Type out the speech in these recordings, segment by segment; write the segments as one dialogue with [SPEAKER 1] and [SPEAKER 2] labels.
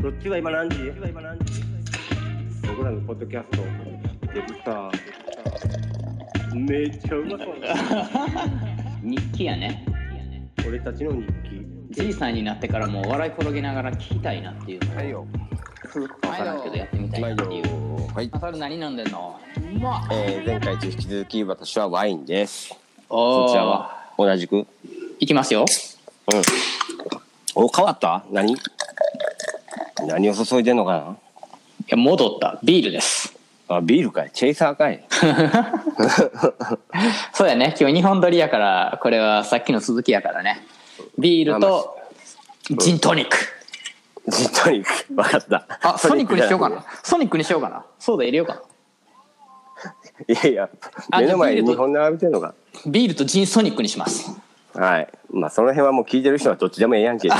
[SPEAKER 1] どっちが今何時僕らのポッドキャストでさめっちゃうまそう
[SPEAKER 2] 日記やね
[SPEAKER 1] 俺たちの日記
[SPEAKER 2] じいさんになってからもう笑い転げながら聞きたいなっていうの
[SPEAKER 3] はい
[SPEAKER 2] を
[SPEAKER 3] よ。
[SPEAKER 2] 続くか分からんけどやってみたい
[SPEAKER 3] は
[SPEAKER 2] ないっていう
[SPEAKER 3] よ。はい。
[SPEAKER 2] あそれ何飲んでんのうまっ
[SPEAKER 3] えー、前回と引き続き私はワインです。
[SPEAKER 2] おー
[SPEAKER 3] そちらは同じく。うん。
[SPEAKER 2] いきますよ
[SPEAKER 3] お変わった？何？何を注いでんのか
[SPEAKER 2] いや戻ったビールです
[SPEAKER 3] な。あビールかい。チェイサーかい。
[SPEAKER 2] そうやね今日日本撮りやからこれはさっきの続きやからねビールとジントニック
[SPEAKER 3] ジントニック。わかった。
[SPEAKER 2] あソニックにしようか
[SPEAKER 3] ト
[SPEAKER 2] なソニックにしようかなそうだ入れようか
[SPEAKER 3] ニックじゃない。いやいや。
[SPEAKER 2] あ
[SPEAKER 3] 目の前
[SPEAKER 2] じゃあビール
[SPEAKER 3] に
[SPEAKER 2] と
[SPEAKER 3] 日本並べてんのか。
[SPEAKER 2] なビールとジンソニックにします
[SPEAKER 3] はい。まあその辺はもう聞いてる人はどっちでもええや んけ。思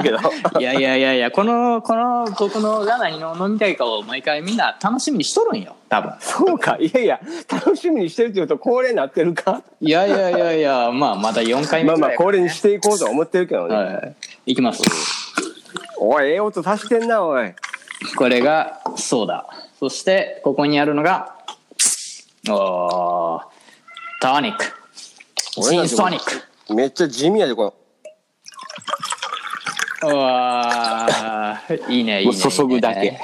[SPEAKER 3] うけど。
[SPEAKER 2] いやいやいやいやこのこのここのが何の飲みたいかを毎回みんな楽しみにしとるんよ多分
[SPEAKER 3] そうか。いやいや。楽しみにしてるっていうと恒例になってるか。
[SPEAKER 2] いやいやいやいやまあまだ4回目
[SPEAKER 3] まあ
[SPEAKER 2] ぐ
[SPEAKER 3] まあ
[SPEAKER 2] らいやか
[SPEAKER 3] 恒例にしていこうとは思ってるけど
[SPEAKER 2] ら
[SPEAKER 3] ね。
[SPEAKER 2] はいいきます
[SPEAKER 3] おい、ええ音足してんな、おい。
[SPEAKER 2] これがソーダそしてここにあるのがおートニックジンソニック
[SPEAKER 3] めっちゃ地味やで、この。
[SPEAKER 2] うわーいいねいいね
[SPEAKER 3] もう注ぐだけ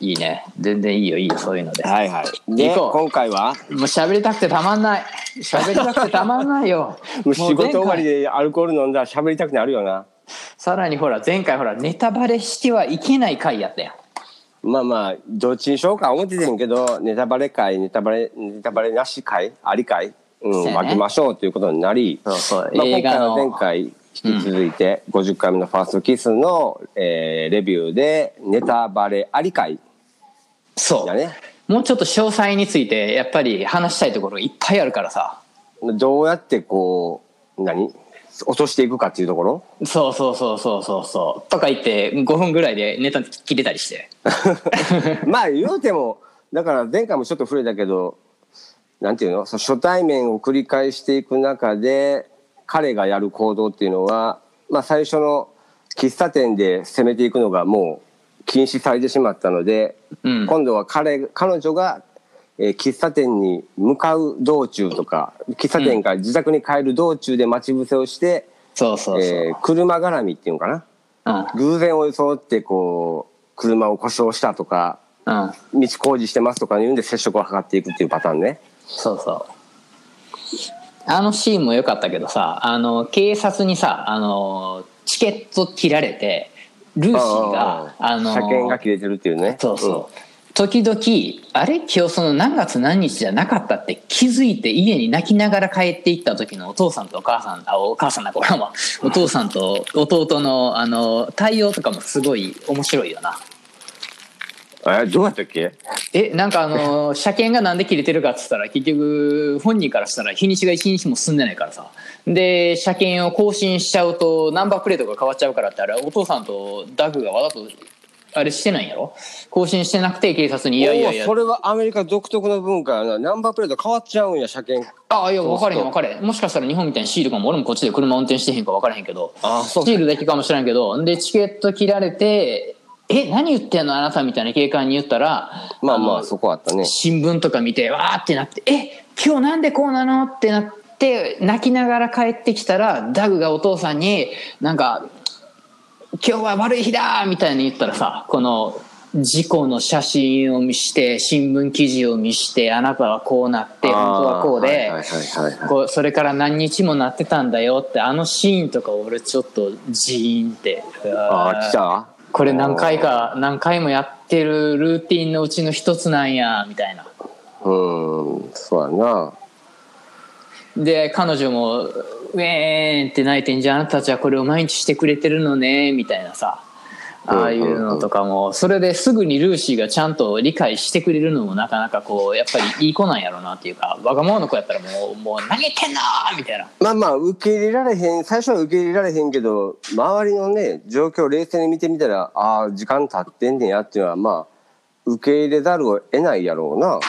[SPEAKER 2] いいね全然いいよいいよそういうので
[SPEAKER 3] はいはい。
[SPEAKER 2] 行
[SPEAKER 3] で、
[SPEAKER 2] こう
[SPEAKER 3] 今回は、
[SPEAKER 2] もう喋りたくてたまんない喋りたくてたまんないよ
[SPEAKER 3] もう仕
[SPEAKER 2] もう前
[SPEAKER 3] 事終わ
[SPEAKER 2] 回
[SPEAKER 3] りでアルコール飲んだら喋りたくなるよな。
[SPEAKER 2] さらにほら前回ほらネタバレしてはいけない回やったやん
[SPEAKER 3] まあまあ、どっちにしようか思っててんけど、ネタバレ会、ネタバレ、ネタバレなし会、あり会、
[SPEAKER 2] そう
[SPEAKER 3] うん、
[SPEAKER 2] やね
[SPEAKER 3] 分けましょうということになり、
[SPEAKER 2] そうそう
[SPEAKER 3] まあ、
[SPEAKER 2] 映
[SPEAKER 3] 今
[SPEAKER 2] 画
[SPEAKER 3] 回
[SPEAKER 2] の
[SPEAKER 3] は前回引き続いて、50回目のファーストキスの、えーレビューで、ネタバレあり会
[SPEAKER 2] そ
[SPEAKER 3] やね。
[SPEAKER 2] うもうちょっと詳細についてやっぱり話したいところがいっぱいあるからさ
[SPEAKER 3] どうやってこう、何落としていくかっていうところ
[SPEAKER 2] そうそうそうそうそうそうとか言って5分ぐらいでネタ切れたりして
[SPEAKER 3] まあ言うてもだから前回もちょっと触れたけどなんていうのその初対面を繰り返していく中で彼がやる行動っていうのは、まあ、最初の喫茶店で攻めていくのがもう禁止されてしまったので、
[SPEAKER 2] うん
[SPEAKER 3] 今度は彼彼女が、えー喫茶店に向かう道中とか喫茶店から自宅に帰る道中で待ち伏せをして、
[SPEAKER 2] そうそうそう、
[SPEAKER 3] えー車絡みっていうのかな偶然を装ってこう車を故障したとか
[SPEAKER 2] うんうん
[SPEAKER 3] 道工事してますとか言うんで接触を図っていくっていうパターンね。
[SPEAKER 2] そうそうあのシーンも良かったけどさあの警察にさあのチケット切られてルーシー
[SPEAKER 3] う
[SPEAKER 2] が
[SPEAKER 3] んうん
[SPEAKER 2] あ
[SPEAKER 3] うん
[SPEAKER 2] の
[SPEAKER 3] 車検が切れてるっていうね。
[SPEAKER 2] そうそう。時々、あれ今日その何月何日じゃなかったって気づいて家に泣きながら帰っていった時のお父さんとお母さん、あ、お母さんだ、これはもうお父さんと弟のあの、対応とかもすごい面白いよな。
[SPEAKER 3] うん。あれどうやったっけ？
[SPEAKER 2] え、なんかあの、車検がなんで切れてるかっつったら、結局、本人からしたら日にちが一日も進んでないからさ。で、車検を更新しちゃうと、ナンバープレートが変わっちゃうからって、あれ、お父さんとダグがわざと、あれしてないんやろ更新してなくて警察に、いやいやい
[SPEAKER 3] お
[SPEAKER 2] や
[SPEAKER 3] ー、それはアメリカ独特の文化やな。ナンバープレート変わっちゃうんや車検。
[SPEAKER 2] ああ、いや、
[SPEAKER 3] そうそ
[SPEAKER 2] 分か
[SPEAKER 3] う
[SPEAKER 2] れへん分かれへん。もしかしたら日本みたいにシールかも、俺もこっちで車運転してへんか分からへんけど、
[SPEAKER 3] あそ
[SPEAKER 2] シールだけかもしれんけど、で、チケット切られて、え、何言ってんのあなたみたいな警官に言ったら、
[SPEAKER 3] まあま
[SPEAKER 2] の
[SPEAKER 3] あそこはあったね。
[SPEAKER 2] 新聞とか見て、わーってなって、え、今日なんでこうなのってなって、泣きながら帰ってきたら、ダグがお父さんに、なんか、今日は悪い日だーみたいに言ったらさ、この、事故の写真を見して、新聞記事を見して、あなたはこうなって、本当はこうで、
[SPEAKER 3] あーはいはいはいはい。
[SPEAKER 2] こうそれから何日もなってたんだよってあのシーンとか俺ちょっとジーンって
[SPEAKER 3] ああ来た。
[SPEAKER 2] これ何回か何回もやってるルーティンのうちの一つなんやみたいな
[SPEAKER 3] うんそうやな。
[SPEAKER 2] で彼女も「ウェーン」って泣いてんじゃんあなたたちはこれを毎日してくれてるのねみたいなさああいうのとかもそれですぐにルーシーがちゃんと理解してくれるのもなかなかこうやっぱりいい子なんやろうなっていうかわがままの子やったらもう「もう何言ってんの!」みたいな
[SPEAKER 3] まあまあ受け入れられへん最初は受け入れられへんけど周りのね状況を冷静に見てみたらああ時間経ってんねやっていうのはまあ受け入れざるを得ないやろうな。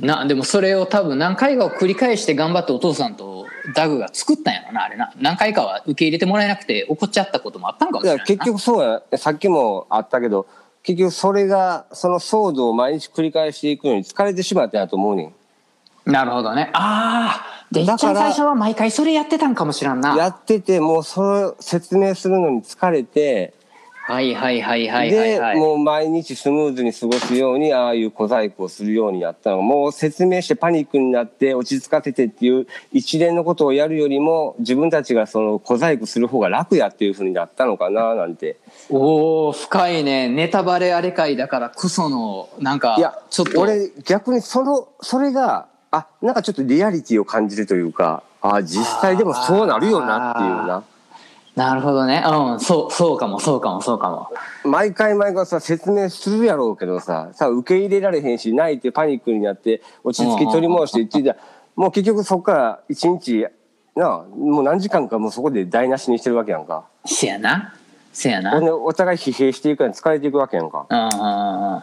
[SPEAKER 2] なでもそれを多分何回かを繰り返して頑張ってお父さんとダグが作ったんやろなあれな何回かは受け入れてもらえなくて怒っちゃったこともあったんかも
[SPEAKER 3] い
[SPEAKER 2] しれ
[SPEAKER 3] や
[SPEAKER 2] ない
[SPEAKER 3] 結局そうやさっきもあったけど結局それがその騒動を毎日繰り返していくのに疲れてしまったんやと思うねん
[SPEAKER 2] なるほどねああでいっ
[SPEAKER 3] だ
[SPEAKER 2] ち
[SPEAKER 3] か
[SPEAKER 2] ゃん
[SPEAKER 3] ら
[SPEAKER 2] 最初は毎回それやってたんかもしらんな
[SPEAKER 3] やっててもうそれ説明するのに疲れて、
[SPEAKER 2] はいはいはいはいはいはい
[SPEAKER 3] でもう毎日スムーズに過ごすようにああいう小細工をするようにやったのがもう説明してパニックになって落ち着かせてっていう一連のことをやるよりも自分たちがその小細工する方が楽やっていうふうになったのかななんて
[SPEAKER 2] おお深いねネタバレあれ会だからこそのなんか
[SPEAKER 3] いや
[SPEAKER 2] ちょっと
[SPEAKER 3] 俺逆にそのそれがあなんかちょっとリアリティを感じるというかあ実際でもそうなるよなっていうな
[SPEAKER 2] なるほどねうんそうそうかもそうかもそうかも
[SPEAKER 3] 毎回毎回さ説明するやろうけどささ受け入れられへんし泣いてパニックになって落ち着き取り戻してって言ってもう結局そこから一日なあもう何時間かもうそこで台無しにしてるわけやんか
[SPEAKER 2] せやなせやな
[SPEAKER 3] ほんでお互い疲弊していくやん疲れていくわけやんか
[SPEAKER 2] うんうんうん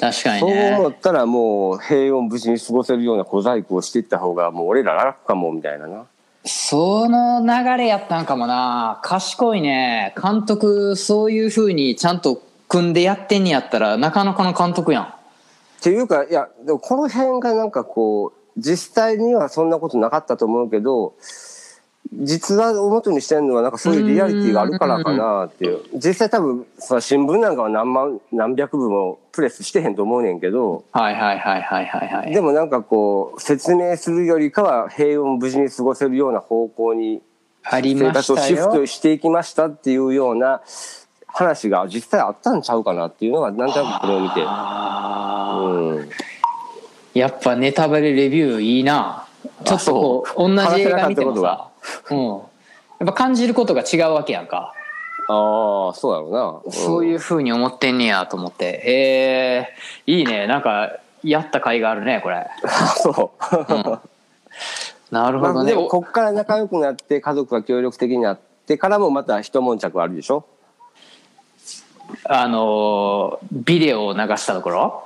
[SPEAKER 2] 確かに
[SPEAKER 3] そう
[SPEAKER 2] ね
[SPEAKER 3] 思ったらもう平穏無事に過ごせるような小細工をしていった方がもう俺ら楽かもみたいなな
[SPEAKER 2] その流れやったんかもな賢いね監督そういうふうにちゃんと組んでやってんねやったらなかなかの監督やん
[SPEAKER 3] っていうかいやでもこの辺がなんかこう実際にはそんなことなかったと思うけど実話を元にしてるのはなんかそういうリアリティがあるからかなっていう実際多分その新聞なんかは何万何百部もプレスしてへんと思うねんけど
[SPEAKER 2] はいはいはいはいはいはい
[SPEAKER 3] でもなんかこう説明するよりかは平穏無事に過ごせるような方向に
[SPEAKER 2] あり
[SPEAKER 3] 生
[SPEAKER 2] ま
[SPEAKER 3] 活を
[SPEAKER 2] した
[SPEAKER 3] シフ
[SPEAKER 2] よ
[SPEAKER 3] トしていきましたっていうような話が実際あったんちゃうかなっていうのはなんとなくこれを見て。
[SPEAKER 2] あ
[SPEAKER 3] うん
[SPEAKER 2] ーやっぱネタバレレビューいいなちょっとこう
[SPEAKER 3] そ
[SPEAKER 2] 同
[SPEAKER 3] う
[SPEAKER 2] じ映画見て
[SPEAKER 3] 話
[SPEAKER 2] も
[SPEAKER 3] せな
[SPEAKER 2] さ
[SPEAKER 3] か、
[SPEAKER 2] うん、やっぱ感じることが違うわけやんか
[SPEAKER 3] ああ、そうだろうな。
[SPEAKER 2] そういうふうに思ってんねやと思ってへえいいねなんかやった甲斐があるねこれ
[SPEAKER 3] うん。 そ
[SPEAKER 2] なる
[SPEAKER 3] う。
[SPEAKER 2] ほ
[SPEAKER 3] ま
[SPEAKER 2] ど
[SPEAKER 3] あ
[SPEAKER 2] ね
[SPEAKER 3] でも、こっから仲良くなって、家族が協力的になってからも、また一悶着あるでしょ
[SPEAKER 2] あのービデオを流したところ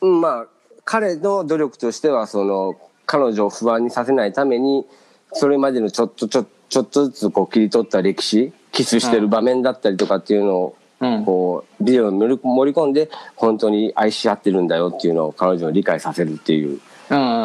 [SPEAKER 3] うん、まあ、彼の努力としては、その、彼女を不安にさせないために、それまでのちょっとちょ、ちょっとずつこう切り取った歴史、キスしてる場面だったりとかっていうのを、
[SPEAKER 2] うん
[SPEAKER 3] こう、ビデオに盛り盛り込んで、本当に愛し合ってるんだよっていうのを彼女に理解させるっていう、
[SPEAKER 2] うんうん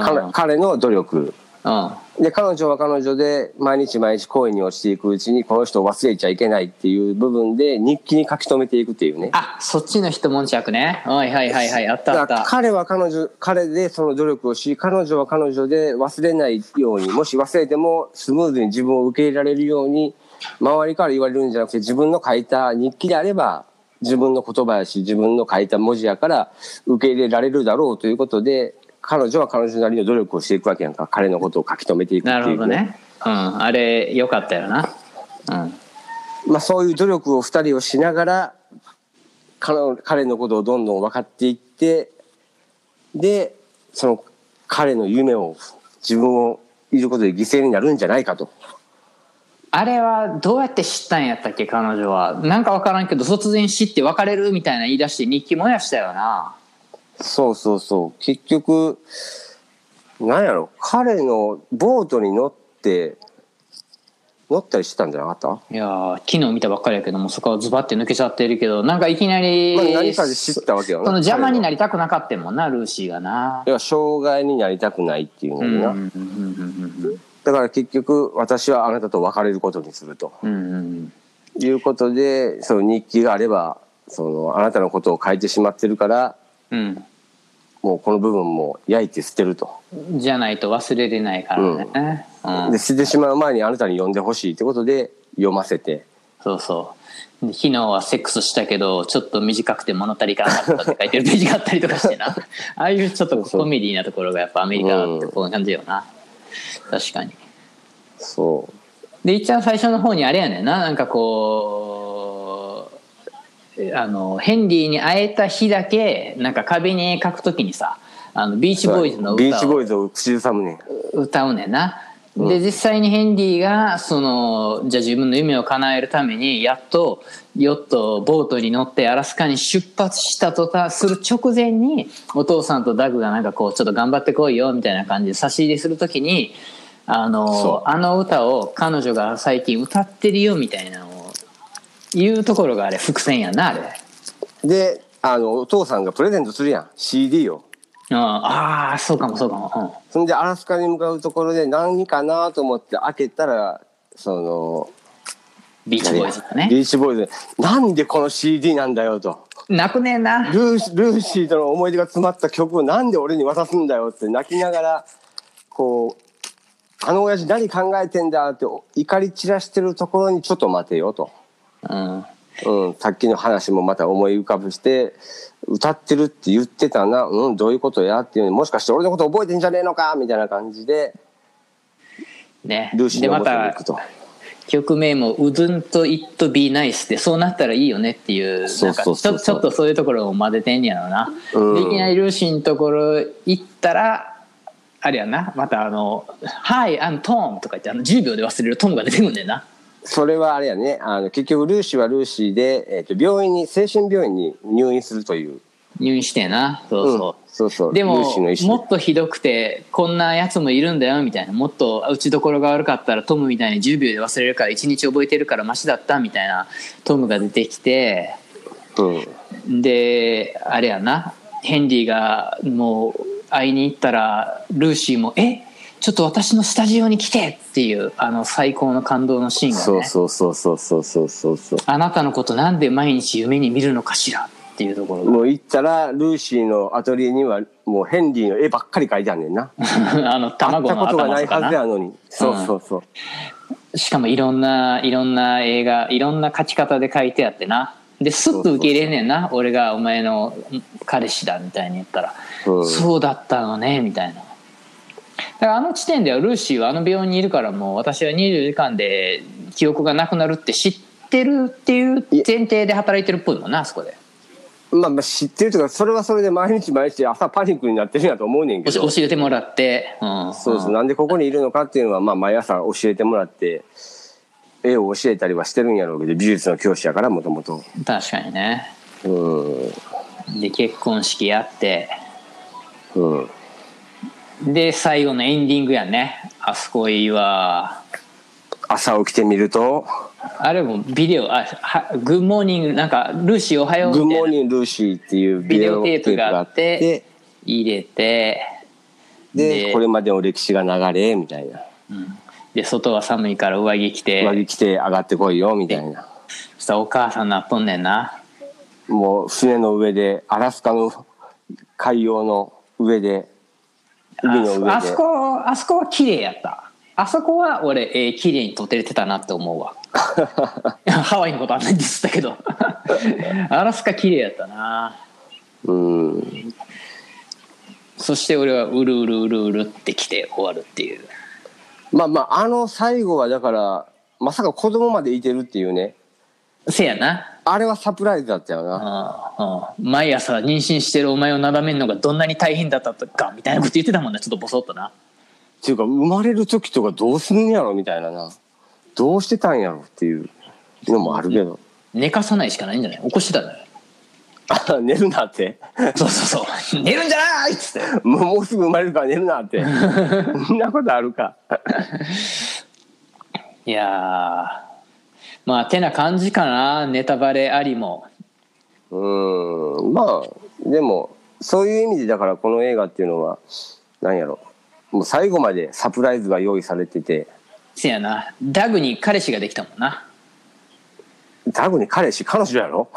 [SPEAKER 3] 彼彼の努力。
[SPEAKER 2] うん
[SPEAKER 3] で彼女は彼女で毎日毎日恋に落ちていくうちにこの人を忘れちゃいけないっていう部分で日記に書き留めていくっていうね。
[SPEAKER 2] あそっちの一悶着ねはいはいはいはいあったあ
[SPEAKER 3] だ
[SPEAKER 2] っ
[SPEAKER 3] から
[SPEAKER 2] た
[SPEAKER 3] 彼は彼女彼でその努力をし彼女は彼女で忘れないようにもし忘れてもスムーズに自分を受け入れられるように周りから言われるんじゃなくて自分の書いた日記であれば自分の言葉やし自分の書いた文字やから受け入れられるだろうということで彼女は彼女なりの努力をしていくわけやんか彼のことを書き留めていくってい
[SPEAKER 2] な
[SPEAKER 3] う、
[SPEAKER 2] るほどねうんあれよかったよなうん
[SPEAKER 3] まあ、そういう努力を2人をしながら彼の彼のことをどんどん分かっていってでその彼の夢を自分をいることで犠牲になるんじゃないかと
[SPEAKER 2] あれはどうやって知ったんやったっけ彼女はなんかわからんけど突然知って別れるみたいな言い出して日記燃やしたよな
[SPEAKER 3] そうそうそう結局なんやろ彼のボートに乗って乗ったりしてたんじゃなかった、
[SPEAKER 2] いやー昨日見たばっかりやけどもうそこはズバって抜けちゃってるけどなんかいきなり、
[SPEAKER 3] まあ、何かで知ったわけよ
[SPEAKER 2] その邪魔にな
[SPEAKER 3] り
[SPEAKER 2] りたくなかったもんなルーシーがな
[SPEAKER 3] 要は障害になりたくないっていうの
[SPEAKER 2] うん
[SPEAKER 3] に
[SPEAKER 2] うんう
[SPEAKER 3] な、
[SPEAKER 2] んうん
[SPEAKER 3] だから結局私はあなたと別れることにすると。
[SPEAKER 2] うんうんうん
[SPEAKER 3] いうことでその日記があればそのあなたのことを書いてしまってるから
[SPEAKER 2] うん
[SPEAKER 3] もうこの部分も焼いて捨てると、
[SPEAKER 2] じゃないと忘れれないからね、うん
[SPEAKER 3] で捨ててしまう前にあなたに読んでほしいってことで読ませて
[SPEAKER 2] そうそうで昨日はセックスしたけどちょっと短くて物足りかなかったって書いてるページがあったりとかして なああいうちょっとコメディなところがやっぱアメリカってこういう感じよな、確かに
[SPEAKER 3] そう
[SPEAKER 2] でいっちゃん最初の方にあれやねんななんかこうあのヘンリーに会えた日だけなんか壁に書くときにさあのビーチボーイズの歌を
[SPEAKER 3] ビーチボーイズを口ずさむねん
[SPEAKER 2] 歌うねんな。で実際にヘンリーがそのじゃあ自分の夢を叶えるためにやっとヨットボートに乗ってアラスカに出発したとたする直前にお父さんとダグがなんかこうちょっと頑張ってこいよみたいな感じで差し入れするときにあ
[SPEAKER 3] そ
[SPEAKER 2] のあの歌を彼女が最近歌ってるよみたいなのを言うところがあれ伏線やなあれ
[SPEAKER 3] であのお父さんがプレゼントするやん CD を
[SPEAKER 2] うんああそうかもそうかも、
[SPEAKER 3] そんでアラスカに向かうところで何かなと思って開けたらその
[SPEAKER 2] うん、ビーチボーイズだね
[SPEAKER 3] ビーチボーイズなんでこの CD なんだよと
[SPEAKER 2] 泣くねえな
[SPEAKER 3] ルールーシーとの思い出が詰まった曲をなんで俺に渡すんだよって泣きながらこうあの親父何考えてんだって怒り散らしてるところにちょっと待てよと、
[SPEAKER 2] うん
[SPEAKER 3] うん、さっきの話もまた思い浮かぶして歌ってるって言ってたな、うん、どういうことやっていうのにもしかして俺のこと覚えてんじゃねえのかみたいな感じで
[SPEAKER 2] ね
[SPEAKER 3] ルーシー
[SPEAKER 2] で
[SPEAKER 3] に
[SPEAKER 2] ま
[SPEAKER 3] 戻ってい
[SPEAKER 2] た
[SPEAKER 3] くと。
[SPEAKER 2] 曲名も「うずんと It Be Nice」でそうなったらいいよねっていう
[SPEAKER 3] そうそうそうそう
[SPEAKER 2] なんかちょちょっとそういうところを混ぜてんやろな、
[SPEAKER 3] うん
[SPEAKER 2] でいきなりルーシーのところ行ったらあれやなまたあの「Hi I'm Tom」とか言ってあの10秒で忘れるトムが出てくんねんな
[SPEAKER 3] それはあれやねあの結局ルーシーはルーシーで、えー、と病院に精神病院に入院するという
[SPEAKER 2] 入院してんなそうそう、
[SPEAKER 3] んそうそう
[SPEAKER 2] で
[SPEAKER 3] ルー
[SPEAKER 2] も
[SPEAKER 3] シーの意思
[SPEAKER 2] もっとひどくてこんなやつもいるんだよみたいなもっと打ちどころが悪かったらトムみたいに10秒で忘れるから1日覚えてるからマシだったみたいなトムが出てきて
[SPEAKER 3] うん
[SPEAKER 2] であれやなヘンリーがもう会いに行ったらルーシーも「えちょっと私のスタジオに来て!」っていうあの最高の感動のシーンがね
[SPEAKER 3] そうそうそうそうそうそうそうそう
[SPEAKER 2] あなたのことなんで毎日夢に見るのかしら」っていうところが
[SPEAKER 3] もう行ったらルーシーのアトリエにはもうヘンリーの絵ばっかり描いてあんねんな
[SPEAKER 2] あの卵
[SPEAKER 3] 会
[SPEAKER 2] の
[SPEAKER 3] ったことが
[SPEAKER 2] 頭
[SPEAKER 3] ない
[SPEAKER 2] とか
[SPEAKER 3] はずや
[SPEAKER 2] な
[SPEAKER 3] のにそうそうそう、
[SPEAKER 2] しかもいろんないろんな映画いろんな描き方で描いてあってなでスッと受け入れんねんな俺がお前の彼氏だみたいに言ったら、
[SPEAKER 3] うん
[SPEAKER 2] そうだったのねみたいなだからあの地点ではルーシーはあの病院にいるからもう私は24時間で記憶がなくなるって知ってるっていう前提で働いてるっぽいもんなあそこで
[SPEAKER 3] まあまあ知ってるというかそれはそれで毎日毎日朝パニックになってるんやと思うねんけ
[SPEAKER 2] おし
[SPEAKER 3] ど
[SPEAKER 2] 教えてもらって、うん、
[SPEAKER 3] そうです
[SPEAKER 2] ん
[SPEAKER 3] なんでここにいるのかっていうのはまあ毎朝教えてもらって絵を教えたりはしてるんやろうけど美術の教師やからもともと
[SPEAKER 2] 確かにね
[SPEAKER 3] うん
[SPEAKER 2] で結婚式やって
[SPEAKER 3] うん
[SPEAKER 2] で最後のエンディングやねあそこいいわ
[SPEAKER 3] 朝起きてみると
[SPEAKER 2] あれもビデオあはグッドモーニングなんかルーシーお
[SPEAKER 3] 「
[SPEAKER 2] はよ
[SPEAKER 3] グ
[SPEAKER 2] うみた
[SPEAKER 3] ッ
[SPEAKER 2] いな
[SPEAKER 3] モーニングルーシー」っていう
[SPEAKER 2] ビデオテープがあって入れて
[SPEAKER 3] で
[SPEAKER 2] で
[SPEAKER 3] これまでの歴史が流れみたいな
[SPEAKER 2] で外は寒いから上着着て
[SPEAKER 3] 上着着て上がってこいよみたいな
[SPEAKER 2] そしたらお母さんなっとんねんな
[SPEAKER 3] もう船の上でアラスカの海洋の上で海の上で
[SPEAKER 2] ああそこあそこは綺麗やったあそこは俺、えー、綺麗に撮れてたなって思 うわいやハワイのことあんなにディスったけどアラスカ綺麗やったな
[SPEAKER 3] うん
[SPEAKER 2] そして俺はうるうるうるうるって来て終わるっていう
[SPEAKER 3] まあまああの最後はだからまさか子供までいてるっていうね
[SPEAKER 2] せやな
[SPEAKER 3] あれはサプライズだったよな
[SPEAKER 2] うんうん、毎朝妊娠してるお前をなだめるのがどんなに大変だったかみたいなこと言ってたもんなちょっとボソッとな
[SPEAKER 3] っていうか生まれる時とかどうすんねやろみたいななどうしてたんやろっていうのもあるけど
[SPEAKER 2] 寝かさないしかないんじゃない起こしてたんだよ
[SPEAKER 3] あ 寝るなって
[SPEAKER 2] そうそうそう 寝るんじゃないっつって
[SPEAKER 3] もうもうすぐ生まれるから寝るなって そんなことあるか
[SPEAKER 2] いやーまあてな感じかなネタバレありも
[SPEAKER 3] うーんまあでもそういう意味でだからこの映画っていうのは何やろもう最後までサプライズが用意されてて
[SPEAKER 2] せやなダグに彼氏ができたもんな
[SPEAKER 3] ダグに彼氏彼女やろ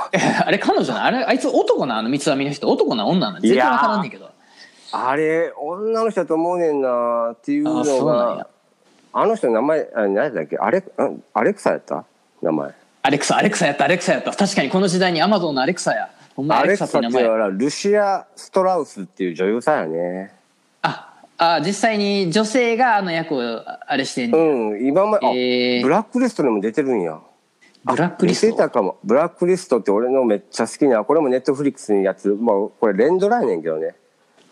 [SPEAKER 2] あれ彼女なあれあいつ男なあの三つ編みの人男な女な全然わからんねんけど
[SPEAKER 3] あれ女の人だと思うねんなっていう
[SPEAKER 2] あそ
[SPEAKER 3] の
[SPEAKER 2] うなん
[SPEAKER 3] が
[SPEAKER 2] や
[SPEAKER 3] あの人の名前あ何だっけアレんアレクサやった名前
[SPEAKER 2] アレクサアレクサやったアレクサやった確かにこの時代にアマゾンのアレクサやお前
[SPEAKER 3] ア
[SPEAKER 2] アレ
[SPEAKER 3] レ
[SPEAKER 2] ク
[SPEAKER 3] ク
[SPEAKER 2] サ
[SPEAKER 3] サ
[SPEAKER 2] っ
[SPEAKER 3] ってて
[SPEAKER 2] 名
[SPEAKER 3] 言
[SPEAKER 2] 前
[SPEAKER 3] うらルシア・ストラウスっていう女優さんやね
[SPEAKER 2] ああ実際に女性があの役をあれしてんねん
[SPEAKER 3] うん今まで、あ
[SPEAKER 2] えー
[SPEAKER 3] ブラックリストにも出てるんや
[SPEAKER 2] ブラックリス
[SPEAKER 3] 出てた
[SPEAKER 2] ト
[SPEAKER 3] かもブラックリストって俺のめっちゃ好きなこれもネットフリックスにやつ、まあ、これ連ドラやねんけどね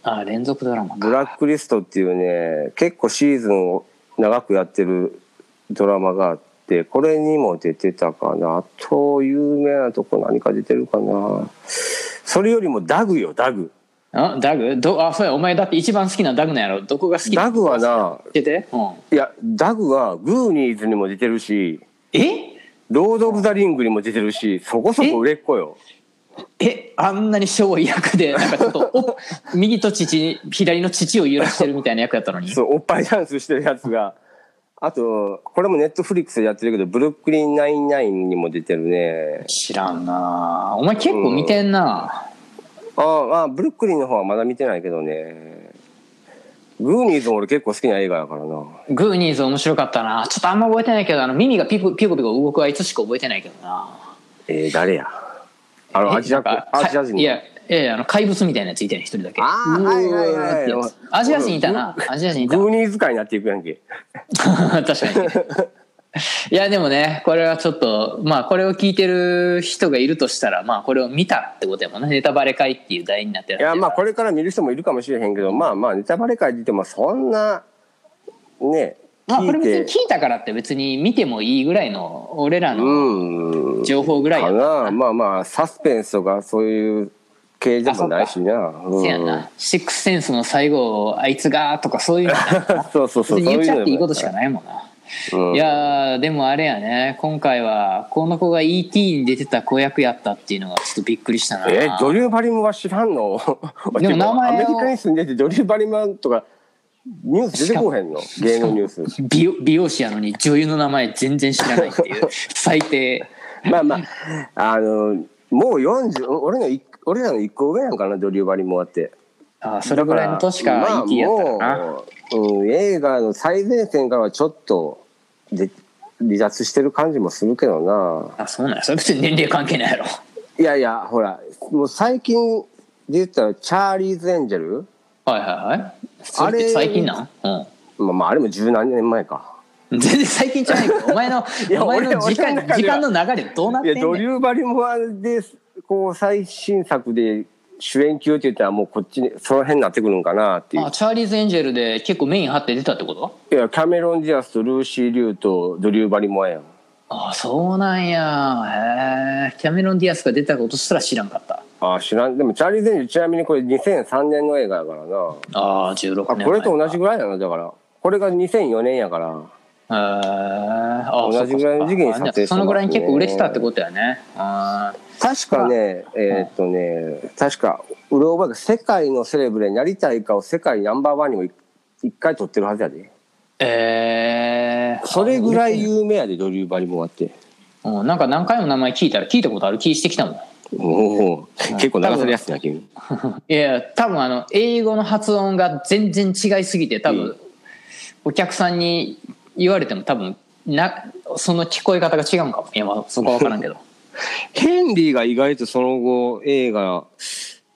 [SPEAKER 2] あ連続ドラマ
[SPEAKER 3] ブ
[SPEAKER 2] か
[SPEAKER 3] ラックリストっていうね結構シーズンを長くやってるドラマがあってこれにも出てたかなあと有名なとこ何か出てるかなそれよりもダグよダグ
[SPEAKER 2] あダグどあそうやお前だって一番好きなダグなんやろどこが好き
[SPEAKER 3] ダグはな、
[SPEAKER 2] 言ってて、うん、
[SPEAKER 3] いや、ダグはグーニーズにも出てるし、
[SPEAKER 2] え
[SPEAKER 3] ロード・オブ・ザ・リングにも出てるし、そこそこ売れっ子よ。
[SPEAKER 2] えあんなに小役でなんかちょっと お右と父左の父を揺らしてるみたいな役やったのに
[SPEAKER 3] そう、おっぱいダンスしてるやつが。あと、これもネットフリックスでやってるけど、ブルックリン99にも出てるね。
[SPEAKER 2] 知らんなお前結構見てんな、
[SPEAKER 3] ああ、まあ、ブルックリンの方はまだ見てないけどね。グーニーズも俺結構好きな映画やからな。
[SPEAKER 2] グーニーズ面白かったなちょっとあんま覚えてないけどあの耳がピコピコピコ動くはいつしか覚えてないけどな
[SPEAKER 3] えー、誰やあの、アジア
[SPEAKER 2] なんか
[SPEAKER 3] か、アジア人の。
[SPEAKER 2] いやいやいやあの怪物みたいなやついたね一人だけ
[SPEAKER 3] あー
[SPEAKER 2] うわ
[SPEAKER 3] はいはいはい
[SPEAKER 2] ってやつアジア人いたなアジア人いた
[SPEAKER 3] グーニーズ界になっていくやんけ。
[SPEAKER 2] 確かに。いやでもねこれはちょっとまあこれを聞いてる人がいるとしたらまあこれを見たってことやもんねネタバレ会っていう題になってる
[SPEAKER 3] いや、まあ、こ
[SPEAKER 2] れ
[SPEAKER 3] れから見る人もいるかもしれへんけど、まあまあ、ネタバレ会出ても、そんな、ね、
[SPEAKER 2] まあこ
[SPEAKER 3] 聞
[SPEAKER 2] れ
[SPEAKER 3] い
[SPEAKER 2] 別
[SPEAKER 3] て
[SPEAKER 2] に、聞いたからって別に見てもいいぐらいの俺ら
[SPEAKER 3] う
[SPEAKER 2] の
[SPEAKER 3] ん、
[SPEAKER 2] 情報ぐらいや
[SPEAKER 3] か
[SPEAKER 2] もん
[SPEAKER 3] な。まあまあ、サスペンスとか、そういう系でもないしな。うん
[SPEAKER 2] せやな「シックスセンスの最後あいつが」とかそういうの
[SPEAKER 3] そうそうそ
[SPEAKER 2] 別
[SPEAKER 3] う。
[SPEAKER 2] に言っちゃっていいことし
[SPEAKER 3] そう
[SPEAKER 2] かないもんな。
[SPEAKER 3] うのも
[SPEAKER 2] い
[SPEAKER 3] いや、
[SPEAKER 2] やーでもあれやね今回はこの子が ET に出てた子役やったっていうのがちょっとびっくりしたな
[SPEAKER 3] え、ドリュー・バリムは知らんの
[SPEAKER 2] でも名前を
[SPEAKER 3] アメリカに住んでて、ドリュー・バリ ムとか、ニュース出てこへんの芸能ニュース。
[SPEAKER 2] 美容美容師やのに女優の名前全然知らないっていう 最低
[SPEAKER 3] まあまあ、あの、もう40、俺の一俺らの一個上やんかな、ドリュー・バリムはって。
[SPEAKER 2] ああそれぐらいの年か ET やったらな、
[SPEAKER 3] まあもううん、映画の最前線からはちょっとで離脱してる感じもするけどな
[SPEAKER 2] あ、そうなんやそれ別に年齢関係ないやろ
[SPEAKER 3] いやいやほらもう最近で言ったら「チャーリーズ・エンジェル
[SPEAKER 2] はいはいはいそれって最近なんうん」
[SPEAKER 3] まあまああれも十何年前か
[SPEAKER 2] 全然最近じゃない けどお前の
[SPEAKER 3] いや
[SPEAKER 2] お前の
[SPEAKER 3] 俺
[SPEAKER 2] 時間
[SPEAKER 3] 俺の中では
[SPEAKER 2] 時間の流れどうなっ
[SPEAKER 3] い
[SPEAKER 2] て
[SPEAKER 3] や
[SPEAKER 2] んね
[SPEAKER 3] ドリ
[SPEAKER 2] ん
[SPEAKER 3] ュー・バリモアでこう最新作で主演級って言ったらもうこっちにその辺になってくるんかなっていう
[SPEAKER 2] あチャーリーズ・エンジェルで結構メイン張って出たってこと
[SPEAKER 3] いやキャメロン・ディアスとルーシー・リュウとドリュー・バリモアやん
[SPEAKER 2] ああそうなんやへえキャメロン・ディアスが出たことすら知らんかった
[SPEAKER 3] あ知らんでもチャーリーズ・エンジェルちなみにこれ2003年の映画やからな
[SPEAKER 2] ああ16年
[SPEAKER 3] あ
[SPEAKER 2] 前
[SPEAKER 3] これと同じぐらいなのだからこれが2004年やから
[SPEAKER 2] へーあ
[SPEAKER 3] 同じぐらいの時期に撮影してますね
[SPEAKER 2] そのぐらいに結構売れてたってことやねあ
[SPEAKER 3] 確かねえーっとね確かうろ覚えが世界のセレブレになりたいかを世界ナンバーワンにも一一回撮ってるはずやで
[SPEAKER 2] ーえー、
[SPEAKER 3] それぐらい有名やでドリュー・バリモアって
[SPEAKER 2] うんなんか何回も名前聞いたら聞いたことある気してきたもん
[SPEAKER 3] おお結構流せるやつだ君
[SPEAKER 2] いや多分あの英語の発音が全然違いすぎて多分、
[SPEAKER 3] う
[SPEAKER 2] お客さんに言われても多分なその聞こえ方が違うんかもいやまあそこは分からんけど
[SPEAKER 3] ヘンリーが意外とその後映画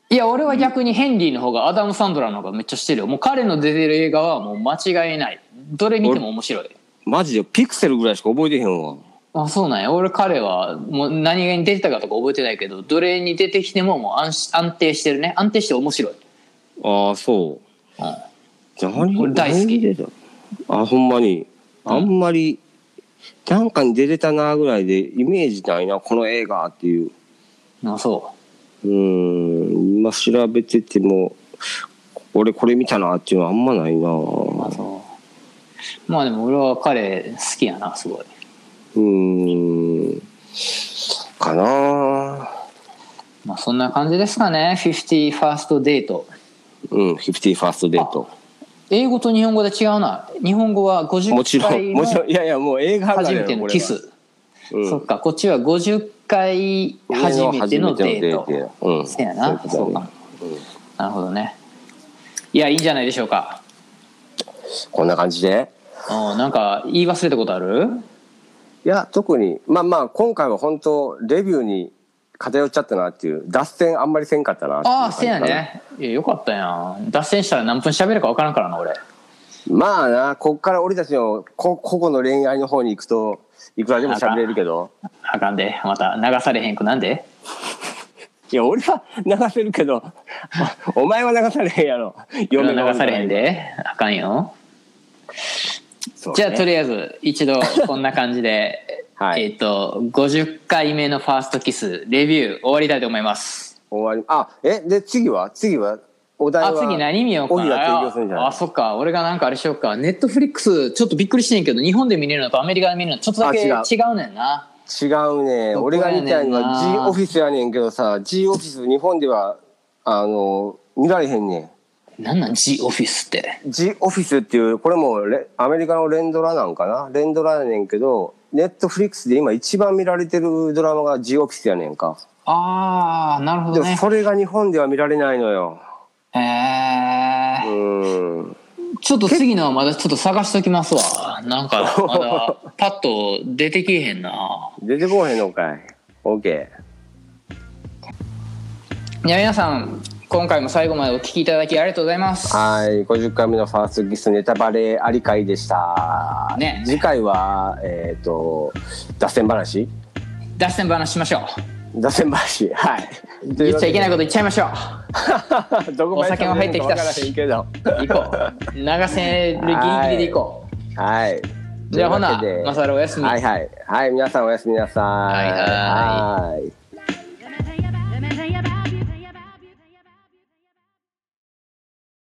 [SPEAKER 2] いや俺は逆にヘンリーの方がアダム・サンドラーの方がめっちゃしてるよもう彼の出てる映画はもう間違いないどれ見ても面白い
[SPEAKER 3] マジでピクセルぐらいしか覚えてへんわ
[SPEAKER 2] あそうなんや俺彼はもう何に出てたかとか覚えてないけどどれに出てきてももう安し安定してるね安定して面白い、
[SPEAKER 3] ああそう
[SPEAKER 2] うん、
[SPEAKER 3] 何
[SPEAKER 2] 俺大好き
[SPEAKER 3] 何出たあほんまにあんまりなんかに出れたなぐらいでイメージないなこの映画っていう
[SPEAKER 2] あそう
[SPEAKER 3] ーん今調べてても俺これ見たなっていうのはあんまないう
[SPEAKER 2] まあ
[SPEAKER 3] な
[SPEAKER 2] そうまあでも俺は彼好きやなすごいう
[SPEAKER 3] ーんかな
[SPEAKER 2] まあそんな感じですかね50ファーストデート
[SPEAKER 3] うん「フィフティファーストデート
[SPEAKER 2] 英語と日本語で違うな日本語は」
[SPEAKER 3] もち
[SPEAKER 2] 50
[SPEAKER 3] ろ
[SPEAKER 2] 回
[SPEAKER 3] んもちろ
[SPEAKER 2] の
[SPEAKER 3] んいやいやもう映画
[SPEAKER 2] 初
[SPEAKER 3] だ
[SPEAKER 2] めて
[SPEAKER 3] よ
[SPEAKER 2] の
[SPEAKER 3] これは
[SPEAKER 2] キス
[SPEAKER 3] うん
[SPEAKER 2] そっかこっちは50回初めてのデート
[SPEAKER 3] 初めてのデートうん
[SPEAKER 2] せやな
[SPEAKER 3] そうい
[SPEAKER 2] そう
[SPEAKER 3] こと
[SPEAKER 2] う
[SPEAKER 3] だね
[SPEAKER 2] かなるほどねいやいいんじゃないでしょうか
[SPEAKER 3] こんな感じで
[SPEAKER 2] あーなんか言い忘れたことある
[SPEAKER 3] いや特にまあまあ今回は本当レビューに偏っちゃったなっていう脱線あんまりせんかったなっていう
[SPEAKER 2] ああ
[SPEAKER 3] 感じ
[SPEAKER 2] せやねいやよかったやん脱線したら何分喋るか分からんからな俺
[SPEAKER 3] まあなこっから俺たちのこ個々の恋愛の方に行くといくらでも喋れるけど
[SPEAKER 2] あかんでまた流されへんくなんで
[SPEAKER 3] いや俺は流せるけど おお前は流されへんやろ
[SPEAKER 2] 俺は
[SPEAKER 3] がお
[SPEAKER 2] 流
[SPEAKER 3] る
[SPEAKER 2] さ
[SPEAKER 3] から
[SPEAKER 2] れへんであかんよ
[SPEAKER 3] そうね
[SPEAKER 2] じゃあとりあえず一度こんな感じで
[SPEAKER 3] はい
[SPEAKER 2] えっと50回目のファーストキスレビュー終わりたいと思います
[SPEAKER 3] 終わりあえで次は次はお題
[SPEAKER 2] あ、
[SPEAKER 3] は
[SPEAKER 2] 次何見ようか
[SPEAKER 3] 荻が提
[SPEAKER 2] な
[SPEAKER 3] 供するんじゃない
[SPEAKER 2] あ、そっか。俺がなんかあれしようか。ネットフリックス、ちょっとびっくりしてんけど、日本で見れるのとアメリカで見れるのちょっとだけ違
[SPEAKER 3] あ違う
[SPEAKER 2] うねんな。
[SPEAKER 3] 違うね
[SPEAKER 2] どこ
[SPEAKER 3] 俺が見たいのは
[SPEAKER 2] やねん
[SPEAKER 3] G
[SPEAKER 2] な
[SPEAKER 3] オフィスやねんけどさ G オフィス日本ではあの見られへんね
[SPEAKER 2] なんなん ?G オフィスって。
[SPEAKER 3] ん G オフィスっていうこれもレアメリカの連ドラなんかな連ドラやねんけどネットフリックスで今一番見られてるドラマが G オフィスやねんか
[SPEAKER 2] あー、なるほ
[SPEAKER 3] で
[SPEAKER 2] ど
[SPEAKER 3] も
[SPEAKER 2] ね。
[SPEAKER 3] それが日本では見られないのよ
[SPEAKER 2] えー
[SPEAKER 3] う。ーん
[SPEAKER 2] ちょっと次のはまだちょっと探しときますわ。なんか、ま だ、パッと出てきえへんな。
[SPEAKER 3] 出てこへんのかい OK
[SPEAKER 2] いや、皆さん、今回も最後までお聞きいただきありがとうございます。
[SPEAKER 3] はい50回目のファーストキスネタバレあり会でした、
[SPEAKER 2] ね
[SPEAKER 3] 次回はえっ、と脱線話
[SPEAKER 2] 脱線話しましょ
[SPEAKER 3] 脱線話 はい
[SPEAKER 2] 言っちゃいけないいこと言っちゃいましょう。
[SPEAKER 3] どこまで
[SPEAKER 2] お酒も入ってきたし
[SPEAKER 3] 喋れるのか分からへん
[SPEAKER 2] 行こう。流せるギリギリで行こう。
[SPEAKER 3] けど はい
[SPEAKER 2] じゃあほな
[SPEAKER 3] というわけで
[SPEAKER 2] マサルおやすみ
[SPEAKER 3] はいはいはい皆さんおやすみなさい
[SPEAKER 2] はいはい
[SPEAKER 3] はい